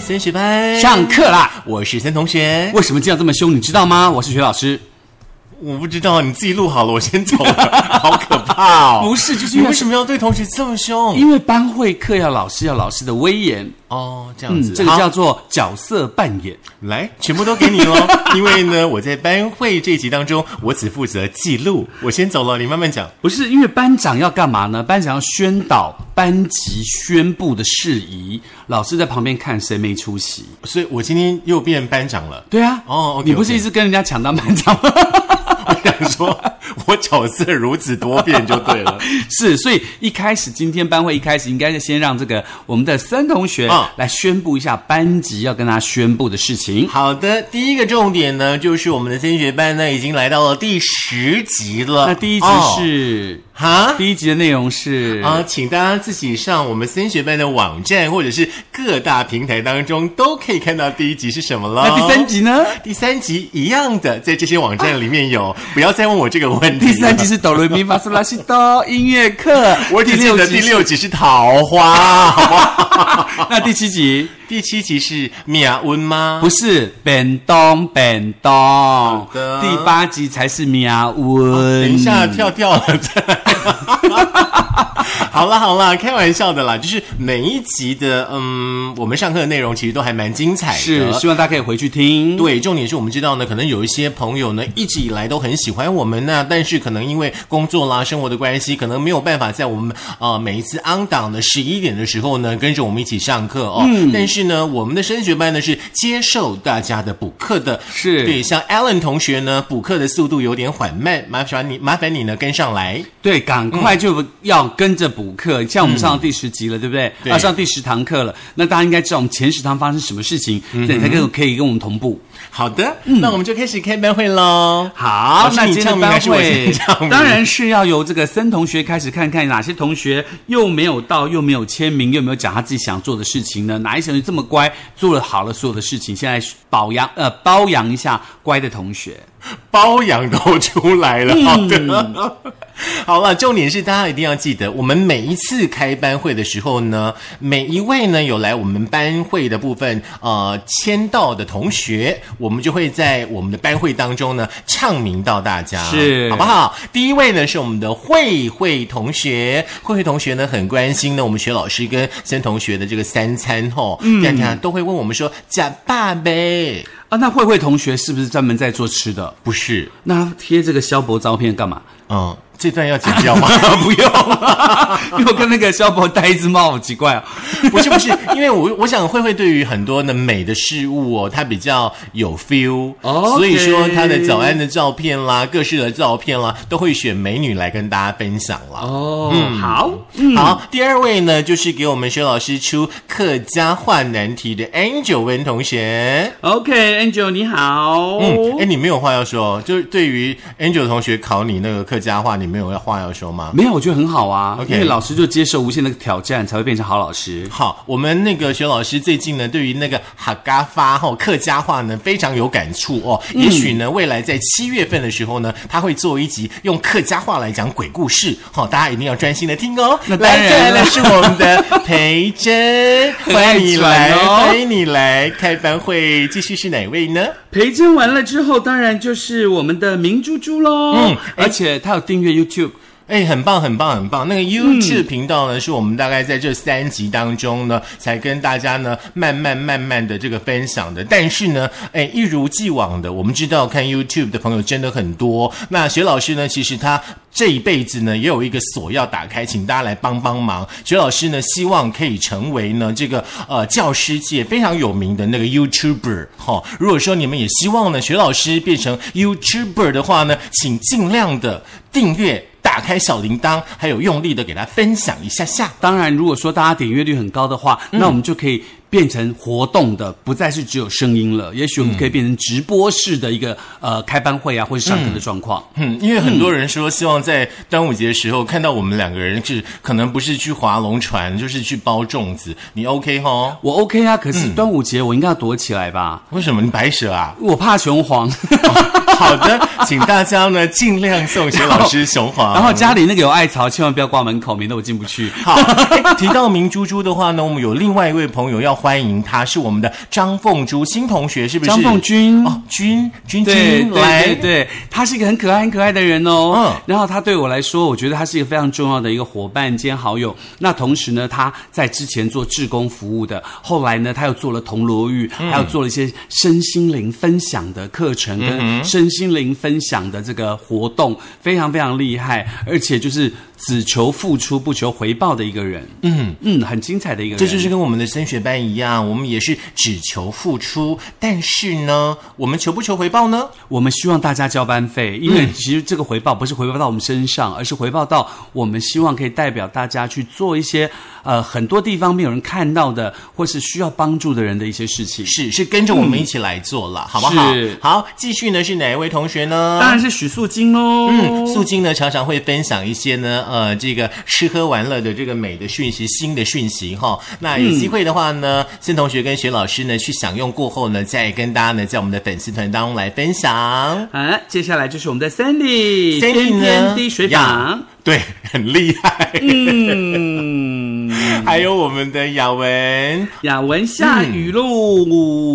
森学班上，课啦！我是森同学。为什么这样这么凶？你知道吗？我是学老师，我不知道，你自己录好了，我 先走了，好可怕哦！不是就你是嗯因为为什么要对同学这么凶？因为班会课要老师要老师的威严，哦，这样嗯子，，这个好叫做角色扮演。来，全部都给你喽。 因为呢，我在班会这一集当中，我只负责记录。我先走了，你慢慢讲。不是因为班长要干嘛呢？班长要宣导班级宣布的事宜，老师在旁边看谁没出席。所以我今天又变班长了。 对啊，哦，OK，你不是 OK 一直跟人家抢当班长 吗？我想说，我角色如此多变就对嗯了。是，所以一开始今天班会一开始应该是先让这个我们的森同学嗯来宣布一下班级要跟他宣布的事情。好的，第一个重点呢，就是我们的升学班呢已经来到了第十集了。那第一集是、哦哈。第一集的内容是啊，请大家自己上我们升学班的网站，或者是各大平台当中，都可以看到第一集是什么了。那第三集呢？第三集一样的，在这些网站里面有，不要再问我这个问题。第三集，是哆来咪发嗦拉西哆音乐课，我只第记六得集第是六集是桃花， 好不好？那第七集第七集是喵温吗？不是本东本东的，第八集才是喵文。等一下跳掉了， 再来。好啦好啦，开玩笑的啦，就是每一集的嗯，我们上课的内容其实都还蛮精彩的。是希望大家可以回去听。。对，重点是我们知道呢，可能有一些朋友呢，一直以来都很喜欢我们呢，但是可能因为工作啦、生活的关系，可能没有办法在我们呃每一次 on 档的十一点的时候呢，跟着我们一起上课哦。但是呢，我们的升学班呢是接受大家的补课的，是对。像 Alan 同学呢，补课的速度有点缓慢，麻烦你麻烦你呢跟上来。对，赶快就要跟着补课。像我们上到第十集了，对不对？嗯对要上第十堂课了，那大家应该知道我们前十堂发生什么事情，嗯对，才跟可以跟我们同步。好的，那我们就开始开班会喽。好老，师那你今天唱名的还班是我先会唱 名当然是要由这个森同学开始，看看哪些同学又没有到，又没有签名，又没有讲他自己想做的事情呢？哪一些同学这么乖，做了好了所有的事情，现在保养呃包养一下乖的同学。包养都出来了，好的。 好了，重点是大家一定要记得，我们每一次开班会的时候呢，每一位呢有来我们班会的部分呃签到的同学，我们就会在我们的班会当中呢唱名到大家，是好不好？第一位呢是我们的慧慧同学，慧慧同学呢很关心呢我们学老师跟森同学的这个三餐吼，大家都会问我们说“假爸呗啊，那慧慧同学是不是专门在做吃的？”，不是。那她贴这个萧伯照片干嘛？ 啊嗯，这段要剪掉吗？不用，因 为我跟那个萧伯戴一只帽，好奇怪哦。 不是不是，因为我我想慧慧对于很多的美的事物哦，她比较有 feel，、 OK 所以说她的早安的照片啦，各式的照片啦，都会选美女来跟大家分享啦。哦，好，好，第二位呢，就是给我们薛老师出客家话难题的 Angel 温同学。 OK，Angel、你好。嗯，哎，你没有话要说哦，就是对于 Angel 同学考你那个客家话，你没有话要说吗？没有，我觉得很好啊 OK 因为老师就接受无限的挑战，才会变成好老师。好，我们那个学老师最近呢，对于那个哈嘎发哈客家话呢非常有感触哦。也许呢，未来在七月份的时候呢，他会做一集用客家话来讲鬼故事。好、大家一定要专心的听哦。那当来，然再来了是我们的培珍，很爱欢迎你来，转哦欢迎你来开班会，继续是哪位呢？培真完了之后，当然就是我们的明珠珠喽。嗯嗯，而且他有订阅 YouTube。哎，很棒，很棒，很棒！那个 YouTube 频道呢，是我们大概在这三集当中呢，才跟大家呢慢慢慢慢的这个分享的。但是呢，哎，一如既往的，我们知道看 YouTube 的朋友真的很多。那学老师呢，其实他这一辈子呢，也有一个锁要打开，请大家来帮帮忙。学老师呢，希望可以成为呢这个呃教师界非常有名的那个 YouTuber 哈、如果说你们也希望呢学老师变成 YouTuber 的话呢，请尽量的订阅。打开小铃铛，还有用力的给它分享一下下。嗯当然，如果说大家点阅率很高的话，那我们就可以变成活动的，不再是只有声音了。也许我们可以变成直播式的一个呃开班会啊，或是上课的状况。嗯，因为很多人说希望在端午节的时候看到我们两个人是可能不是去划龙船，就是去包粽子。你 OK 哈？我 OK 啊，可是端午节我应该要躲起来吧？为什么你白蛇啊？我怕雄黄。 好的， 请大家呢尽量送给老师雄 黄。然后家里那个有艾草，千万不要挂门口，免得我进不去。好，哎提到明珠珠的话呢，我们有另外一位朋友要欢迎他，是我们的张凤珠新同学，是不是？张凤君哦，君君对君对来对对，他是一个很可爱、很可爱的人哦。嗯嗯，然后他对我来说，我觉得他是一个非常重要的一个伙伴兼好友。那同时呢，他在之前做志工服务的，后来呢，他又做了铜锣浴，嗯还有做了一些身心灵分享的课程嗯跟身心灵分享的这个活动，非常非常厉害，而且就是只求付出不求回报的一个人。嗯嗯，很精彩的一个人。这就是跟我们的升学班一样，我们也是只求付出，但是呢，我们求不求回报呢？我们希望大家交班费，因为其实这个回报不是回报到我们身上，而是回报到我们希望可以代表大家去做一些呃很多地方没有人看到的，或是需要帮助的人的一些事情。是是跟着我们一起来做了，好不好嗯是？好，继续呢是哪一位同学呢？当然是许素金喽。嗯，素金呢常常会分享一些呢，呃，这个吃喝玩乐的这个美的讯息、新的讯息哈。那有机会的话呢，孙同学跟徐老师呢去享用过后呢，再跟大家呢在我们的粉丝团当中来分享。啊，接下来就是我们的 Sandy， Sandy 天呢天滴水呀榜。对，很厉害。嗯，还有我们的雅文，雅文下雨喽、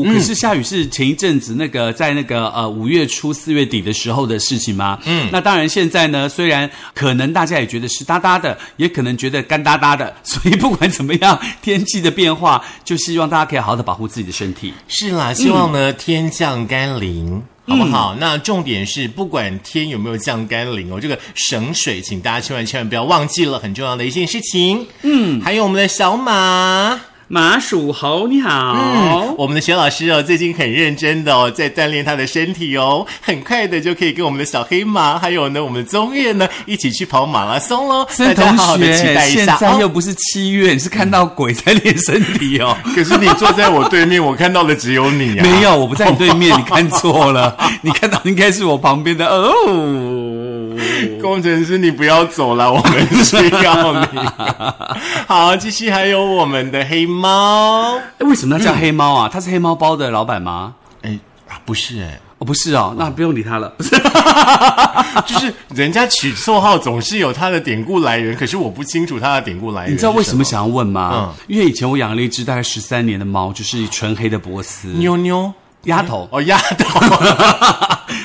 嗯可是下雨是前一阵子那个在那个呃五月初四月底的时候的事情吗？嗯，那当然现在呢，虽然可能大家也觉得湿哒哒的，也可能觉得干哒哒的， 所以不管怎么样，天气的变化，就希望大家可以好好的保护自己的身体。是啦，希望呢、天降甘霖。嗯好不好？那重点是，不管天有没有降甘霖哦，这个省水，请大家千万千万不要忘记了很重要的一件事情。嗯，还有我们的小马，嗯麻薯猴，你好。我们的学老师哦，最近很认真的哦，在锻炼他的身体哦，很快的就可以跟我们的小黑马，还有呢我们的宗岳呢一起去跑马拉松喽。大孙家同好好的期学，待一现下在哦又不是七月，你是看到鬼在练身体哦。可是你坐在我对面，我看到的只有你啊 没有，我不在你对面，你看错 了，你看到应该是我旁边的哦。 工程师，你不要走了，我们需要 你。好，继续还有我们的黑猫。哎，为什么它叫黑猫啊？它是黑猫包的老板吗？哎啊，不是哎、哦，不是哦，那不用理它了。不是，啊就是人家取绰号总是有他的典故来源，可是我不清楚他的典故来源。你知道为哎什么？嗯想要问吗？因为以前我养了一只大概十三年的猫，就是纯黑的波斯妞妞丫头，哦，丫 头。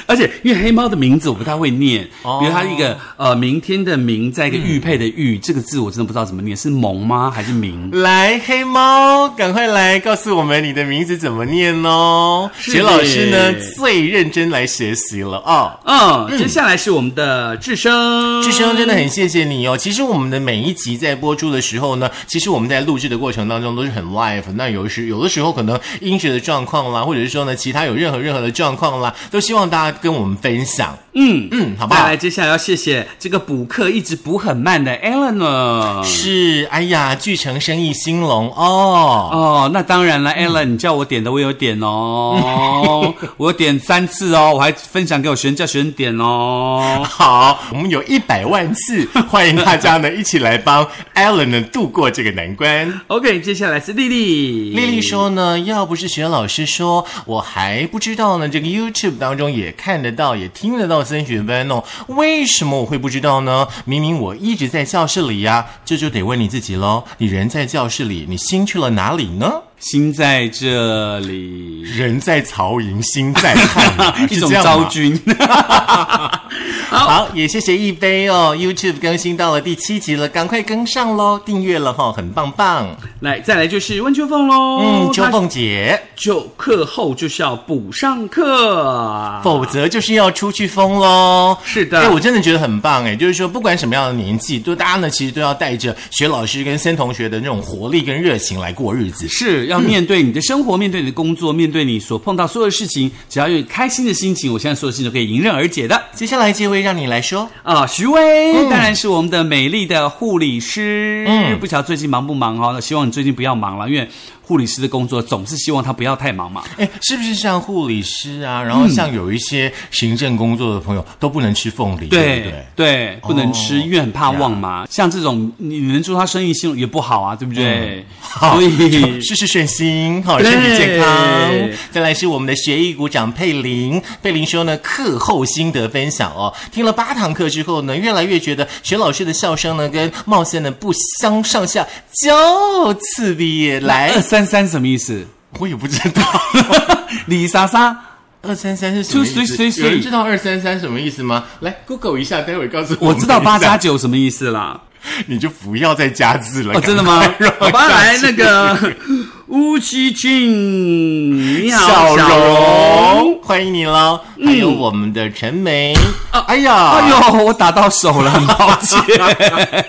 而且因为黑猫的名字我不太会念，哦因为它一个呃明天的明，在一个玉佩的玉，这个字我真的不知道怎么念，是蒙吗还是明？来，黑猫，赶快来告诉我们你的名字怎么念哦。是雪老师呢耶最认真来学习了哦。嗯，接下来是我们的智生，志生真的很谢谢你哦。其实我们的每一集在播出的时候呢，其实我们在录制的过程当中都是很 live。那有时有的时候可能音质的状况啦，或者是说呢其他有任何任何的状况啦，都希望大家跟我们分享。嗯嗯，好不再好来，？接下来要谢谢这个补课一直补很慢的 Eleanor。是，哎呀，聚成生意兴隆哦。哦，那当然了，Ellen，你叫我点的，我有点 哦，我有点三次哦，我还分享给我学生，叫学生点哦。好，我们有一百万次，欢迎大家呢一起来帮 Alan 呢度过这个难关。 OK，接下来是丽丽，丽丽说呢，要不是学老师说，我还不知道呢。这个 YouTube 当中也看得到，也听得到森学班哦。为什么我会不知道呢？明明我一直在教室里呀、这就得问你自己喽。你人在教室里，你心去了哪里呢？心在这里，人在曹营心在汉啊、 一是种这样吗昭君。好，也谢谢一杯哦。YouTube 更新到了第七集了，赶快跟上喽，订阅了哈、很棒棒。来，再来就是温秋凤喽，嗯，秋她凤姐，就课后就是要补上课，否则就是要出去疯喽。啊是的哎，我真的觉得很棒哎，就是说不管什么样的年纪，都大家呢其实都要带着学老师跟森同学的那种活力跟热情来过日子。是嗯要面对你的生活，面对你的工作，面对你所碰到所有的事情，只要有开心的心情，我相信所有事情都可以迎刃而解的。接下来这位薇，让你来说。啊，徐薇、嗯当然是我们的美丽的护理师。嗯，不晓得最近忙不忙哦？那希望你最近不要忙了，因为护理师的工作总是希望他不要太忙嘛。哎，是不是像护理师啊，然后嗯像有一些行政工作的朋友都不能吃凤梨，对不对对？对，不能吃，哦因为很怕忘嘛。像这种，你你能祝他生意兴隆也不好啊，对不对？好 所以，事事顺心，好对身体健康。再来是我们的学艺股长佩玲，佩玲说呢课后心得分享哦，听了八堂课之后呢，越来越觉得学老师的笑声呢跟茂森呢不相上下，就此别来二。三三什么意思？ 我也不知道李莎莎，二三三是什么意 Two, three, three, 思， three 有人知道二三三什么意思吗？来 Google 一下，待会告诉我知道们八一下加九什么意思啦。你就不要再加字了。哦，真的吗赶快让？我好吧，上来去那个巫启俊，你好，小小荣荣。，欢迎你喽！还有我们的陈梅，哎呀，哎呦，我打到手了，很抱歉。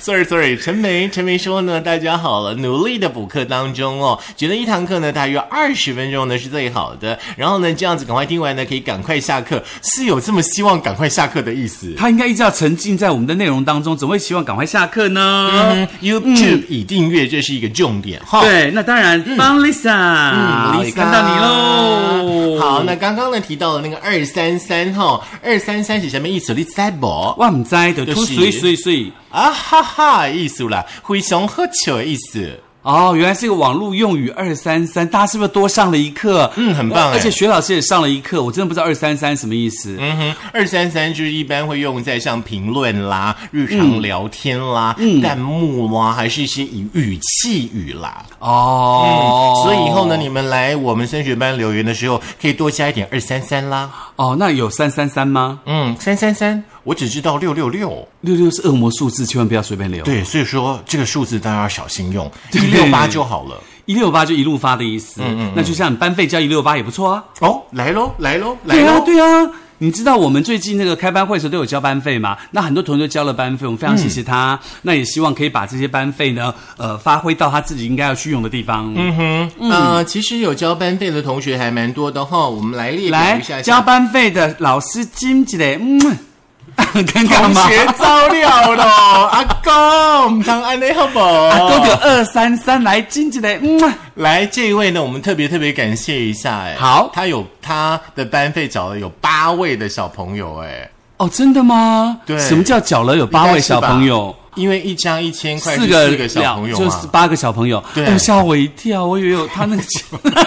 Sorry Sorry，陈梅，陈梅说呢，大家好了，努力的补课当中哦，觉得一堂课呢大约二十分钟呢是最好的，然后呢这样子赶快听完呢，可以赶快下课，是有这么希望赶快下课的意思。 他应该一直要沉浸在我们的内容当中，怎么会希望赶快下课呢？嗯 YouTube 已订阅，这是一个重点哈。对，那当然，帮 Lisa，嗯，也 Lisa 看到你喽。好，那刚刚呢提到了那个二三三哈，二三三是什么意思？你猜不？我唔知的，就是吐水水水。啊哈哈，意思啦，非常好笑的意思。哦，原来是一个网络用语二三三，大家是不是多上了一课？呃嗯很棒哎而且学老师也上了一课，我真的不知道二三三什么意思。嗯哼，二三三就是一般会用在像评论啦、日常聊天啦、嗯弹幕啦，还是一些语语气语啦。哦、所以以后呢，你们来我们升学班留言的时候，可以多加一点二三三啦。哦，那有三三三吗？嗯，三三三，我只知道六六六。六六是恶魔数字，千万不要随便留。，对，所以说这个数字大家要小心用，一对六八就好了。一六八就一路发的意思。嗯嗯那就像你班费交一六八也不错啊。哦，来喽，来喽，来对啊，喽！对啊。你知道我们最近那个开班会的时候都有交班费嘛？那很多同学都交了班费，我们非常谢谢他。嗯那也希望可以把这些班费呢，呃，发挥到他自己应该要去用的地方。嗯，呃，其实有交班费的同学还蛮多的哈，我们来列表来一下下交班费的老师金吉嘞，嗯， 很尴尬同吗？学糟了 咯，阿公，唔通安尼好不好？啊，都哦得二三三来金吉嘞，嗯，来这一位呢，我们特别特别感谢一下，哎，好他有他的班费找了有八位的小朋友，哎，哦，真的吗？对什么叫缴了有八位小朋友？因为一张一千块，四个个四个小朋友就嘛，是八个小朋友，对哦吓、我一跳，我以为有他那个，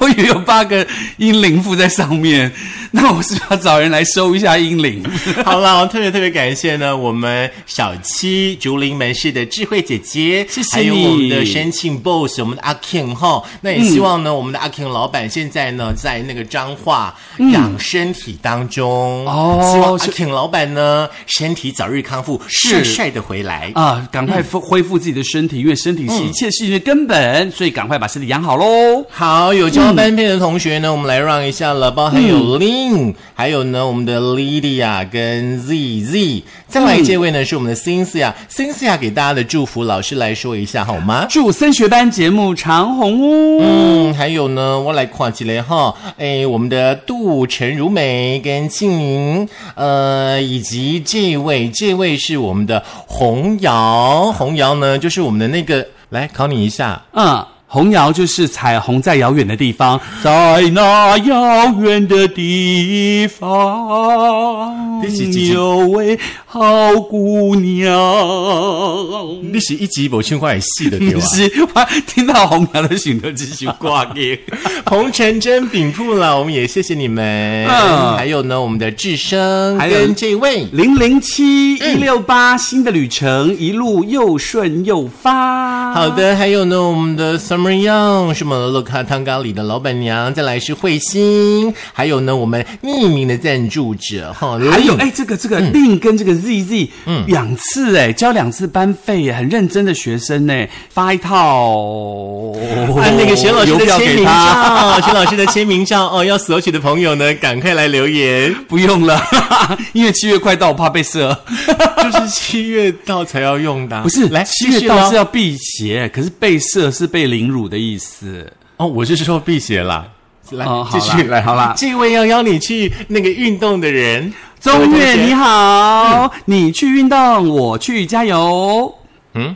我以为有八个英灵附在上面，那我是不是要找人来收一下英灵？ 好了，我特别特别感谢呢，我们小七竹林门市的智慧姐姐，谢谢还有你我们的申庆 boss，我们的阿 King 哈。那也希望呢，我们的阿 King 老板现在呢在那个彰化养身体当中，嗯哦希望阿是 King 老板呢身体早日康复，帅是帅的回来。啊，赶嗯快复恢复自己的身体，因为身体是一切事情的根本，所以赶快把身体养好喽。好，有交班费的同学呢，我们来让一下了，包含有 Lin，、还有呢我们的 Lydia 跟 ZZ，再来这位呢、是我们的 Cynthia，Cynthia 给大家的祝福，老师来说一下好吗？祝升学班节目长虹哦。嗯，还有呢，我来看起来哈，哎，我们的杜晨如美跟静宁，呃，以及这位，这位是我们的红瑶，红瑶呢就是我们的那个，来考你一下，嗯，红遥就是彩虹在遥远的地方，在那遥远的地方第几集，有位好姑娘。你是一集无唱快戏的对吧？是，我听到红娘的选择继续挂给。 红尘真饼铺啦，我们也谢谢你们。嗯还有呢，我们的智生还有跟这位。 零零七一六八新的旅程，一路又顺又发。好，的，还有呢，我们的 Summer Young 是我们洛卡汤咖喱的老板娘，再来是慧心，还有呢，我们匿名的赞助者哈，啊还有 Lin 哎，这个这个嗯令跟这个 ZZ，嗯，两次哎，交两次班费，哎很认真的学生呢，发一套 按那个沈老师的邮票签给名 他，照，沈老师的签名照哦，要索取的朋友呢，赶快来留言，不用了， 因为七月快到，我怕 被射。就是七月到才要用的啊，不是，来七月继续到咯是要避邪，可是被射是被凌辱的意思。哦，我是说辟邪啦。来哦，继好续啦来，好啦这位要邀你去那个运动的人，宗同岳学你好，你去运动，我去加油。嗯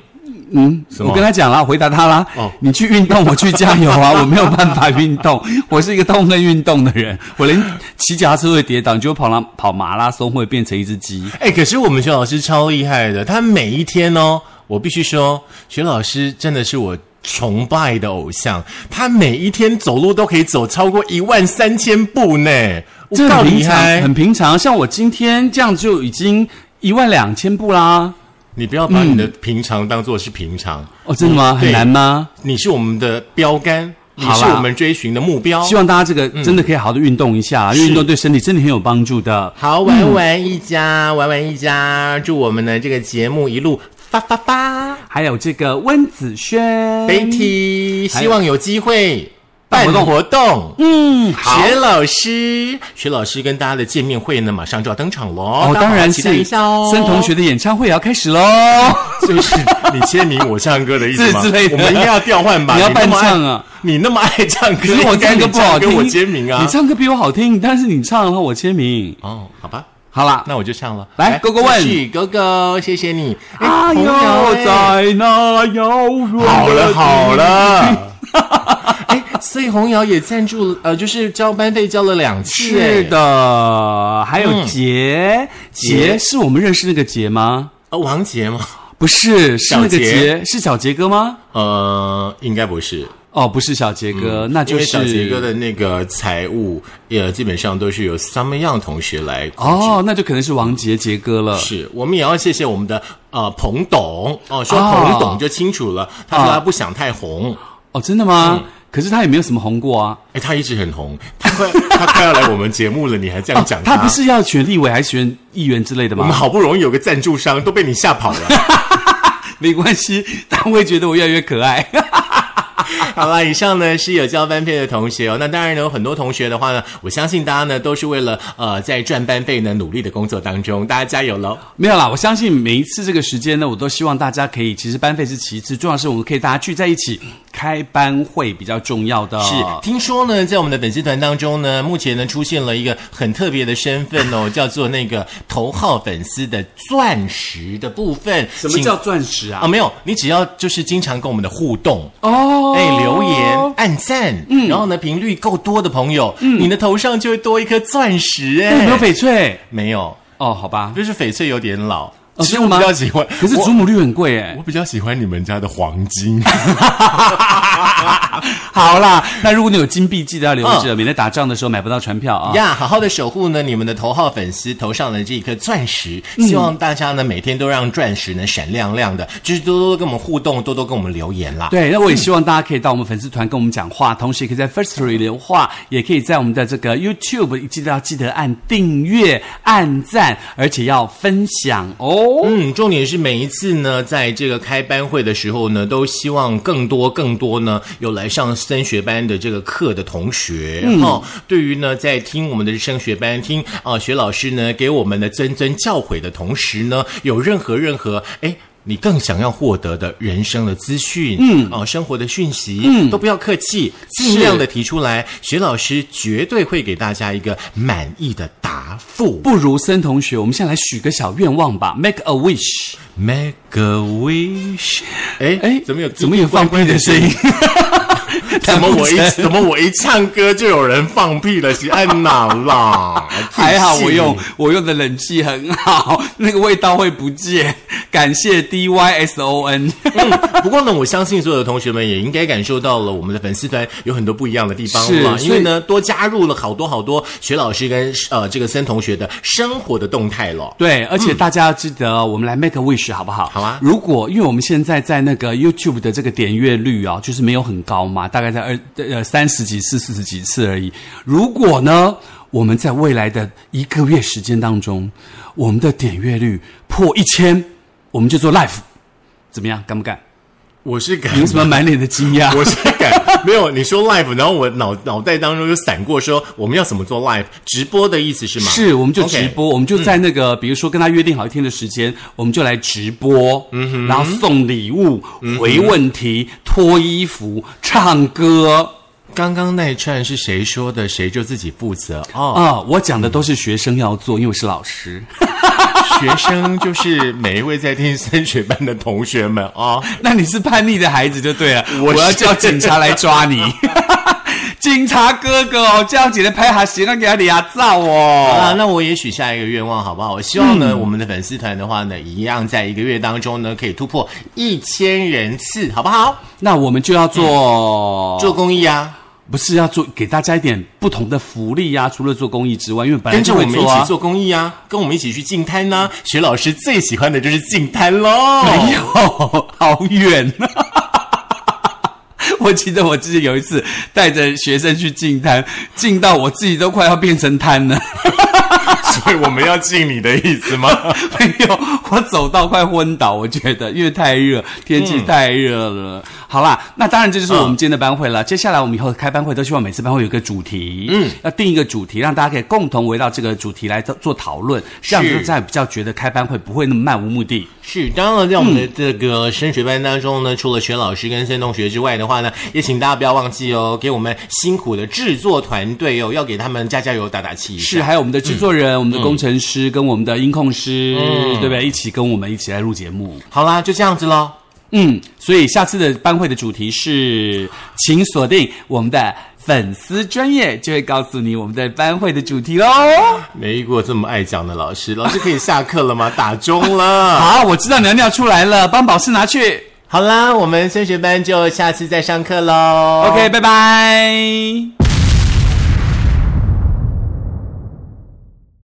嗯，什么我跟他讲了，回答他啦。哦你去运动，我去加油 啊！我没有办法运动，我是一个痛恨运动的人，我连骑脚踏车都会跌倒，你就跑啦跑马拉松会变成一只鸡。哎、可是我们徐老师超厉害的，他每一天哦，我必须说，徐老师真的是我。崇拜的偶像，他每一天走路都可以走超过一万三千步呢，这够很厉平常，害！很平常。像我今天这样就已经一万两千步啦。你不要把你的嗯平常当做是平常，哦，真的吗？嗯对很难吗？你是我们的标杆，你好是啦我们追寻的目标。希望大家这个真的可以好好的运动一下啦，因哦嗯为是运动对身体真的很有帮助的。好，玩玩一家，玩玩一家，祝我们的这个节目一路发发发还有这个温子轩！Betty，还有希望有机会办活动活动。嗯，好。学老师，学老师跟大家的见面会呢，马上就要登场喽！哦，大家好当好然期待是一下哦。森同学，的演唱会也要开 始喽，所以是你签名我唱歌的意 思吗？是之类的我们应该要调换吧？你要伴那么爱唱啊！你那么爱唱歌，可是我应该唱歌你不好跟听，我签名啊你！唱歌比我好听，但是你唱然后我签名。哦，好吧，好啦，那我就唱了。来勾勾问去勾勾，谢谢你。哎啊朋友哟，哎在那遥远的好了好地，了。 哎，所以洪瑶也赞助了，呃，就是交班费交了两次，是哎，的，还有嗯杰杰是我们认识那个杰吗？呃，王杰吗？不是，是小那个杰杰，是小杰哥吗？呃，应该不是，哦，不是小杰哥，那就嗯因是为小杰哥的那个财务，呃，基本上都是由 Summer Young 同学来控制。哦，那就可能是王杰杰哥了。是我们也要谢谢我们的呃彭董哦，说哦彭董就清楚了，他说他不想太红，哦，真的嗯吗？可是他也没有什么红过啊。哎，他一直很红，他快他快要来我们节目了，你还这样讲哦他不是要选立委还是选议员之类的我们吗？好不容易有个赞助商都被你吓跑了。 没关系，他会觉得我越来越可爱。 好啦，以上呢是有交班费的同学哦。那当然呢，有很多同学的话呢，我相信大家呢都是为了呃在赚班费呢努力的工作当中，大家加油喽！没有啦，我相信每一次这个时间呢，我都希望大家可以，其实班费是其次，重要的是我们可以大家聚在一起开班会比较重要的。是，听说呢，在我们的粉丝团当中呢，目前呢出现了一个很特别的身份 哦，叫做那个头号粉丝的钻石的部分。什么请叫钻石啊？啊？没有，你只要就是经常跟我们的互动。哦，哎，留言、按赞，嗯，然后呢，频率够多的朋友，嗯，你的头上就会多一颗钻石，那有哎，没有翡翠？没有，哦，好吧，就是翡翠有点老，哦其实真我的比吗较喜欢，可是祖母绿很贵哎我。我比较喜欢你们家的黄金。好啦，那如果你有金币，记得要留着，嗯免得打仗的时候买不到船票啊。呀好好的守护呢你们的头号粉丝头上的这一颗钻石，嗯希望大家呢每天都让钻石呢闪亮亮的，就是多多跟我们互动，多多跟我们留言 啦。对，那我也希望大家可以到我们粉丝团跟我们讲话，同时也可以在 Firstory 留话，也可以在我们的这个 YouTube 记得要记得按订阅、按赞，而且要分享哦。嗯，重点是每一次呢，在这个开班会的时候呢，都希望更多更多呢有来上升学班的这个课的同学，哦，对于呢在听我们的升学班，听啊、呃、学老师呢给我们的谆谆教诲的同时呢，有任何任何哎。你更想要获得的人生的资讯，嗯，哦、生活的讯息，嗯，都不要客气，尽量的提出来，学老师绝对会给大家一个满意的答复。不如森同学，我们先来许个小愿望吧，Make a wish。 Make a wish，哎哎，怎么有怎么有放屁的声音？ 怎么我一难不成怎么我一唱歌就有人放屁了？是按哪啦？ 还好我用真是我用的冷气很好，那个味道会不见。感谢 D Y S O N。嗯，不过呢，我相信所有的同学们也应该感受到了我们的粉丝团有很多不一样的地方了，是因为呢，多加入了好多好多学老师跟呃这个森同学的生活的动态了。对，而且大家要记得，我们来 make a wish 好不好？好啊如果因为我们现在在那个 YouTube 的这个点阅率啊，就是没有很高嘛，大概在二呃三十几次、四十几次而已。如果呢，我们在未来的一个月时间当中，我们的点阅率破一千，我们就做 live，怎么样？敢不敢？我是敢有什么满脸的惊 讶？我是敢没有你说 live，然后我脑脑袋当中就闪过说我们要怎么做 live 直播的意思是吗？是，我们就 OK 嗯直播我们就在那个，比如说跟他约定好一天的时间，我们就来直播，嗯然后送礼物、回问题、脱衣服、唱歌。刚刚那一串是谁说的，谁就自己负责 哦。啊、我讲的都是学生要做，因为我是老师。 学生就是每一位在听升学班的同学们哦。那你是叛逆的孩子就对了，我要是叫警察来抓你。 警察哥哥哦，叫姐姐拍下行，让给他俩照 啊，哦。那我也许下一个愿望好不好？我希望呢，我们的粉丝团的话呢，一样在一个月当中呢，可以突破一千人次，好不好？那我们就要做，做公益啊，不是要做给大家一点不同的福利啊，除了做公益之外，因为本来跟着就我会们一做起啊。做公益啊，跟我们一起去净滩呐、徐老师最喜欢的就是净滩喽。没有，哎好远。 我记得我自己有一次带着学生去进滩，进到我自己都快要变成滩了。 所以我们要敬你的意思吗？没有，我走到快昏倒，我觉得因为太热，天气太热了。好啦，那当然这就是我们今天的班会了。接下来我们以后开班会都希望每次班会有一个主题，嗯，要定一个主题，让大家可以共同围绕这个主题来做做讨论，这样子是大家比较觉得开班会不会那么漫无目的。是，当然了，在我们的这个升学班当中呢，除了薛老师跟孙同学之外的话呢，也请大家不要忘记哦，给我们辛苦的制作团队哦，要给他们加加油、打打气一下。是，还有我们的制作人、我们的工程师跟我们的音控师，对不对？一起跟我们一起来录节目。好啦，就这样子喽。嗯，所以下次的班会的主题是，请锁定我们的粉丝专业，就会告诉你我们的班会的主题喽。没遇过这么爱讲的老师，老师可以下课了吗？打钟 了。好，我知道你要尿出来了，帮保士拿去。好啦，我们升学班就下次再上课喽。 OK，拜拜。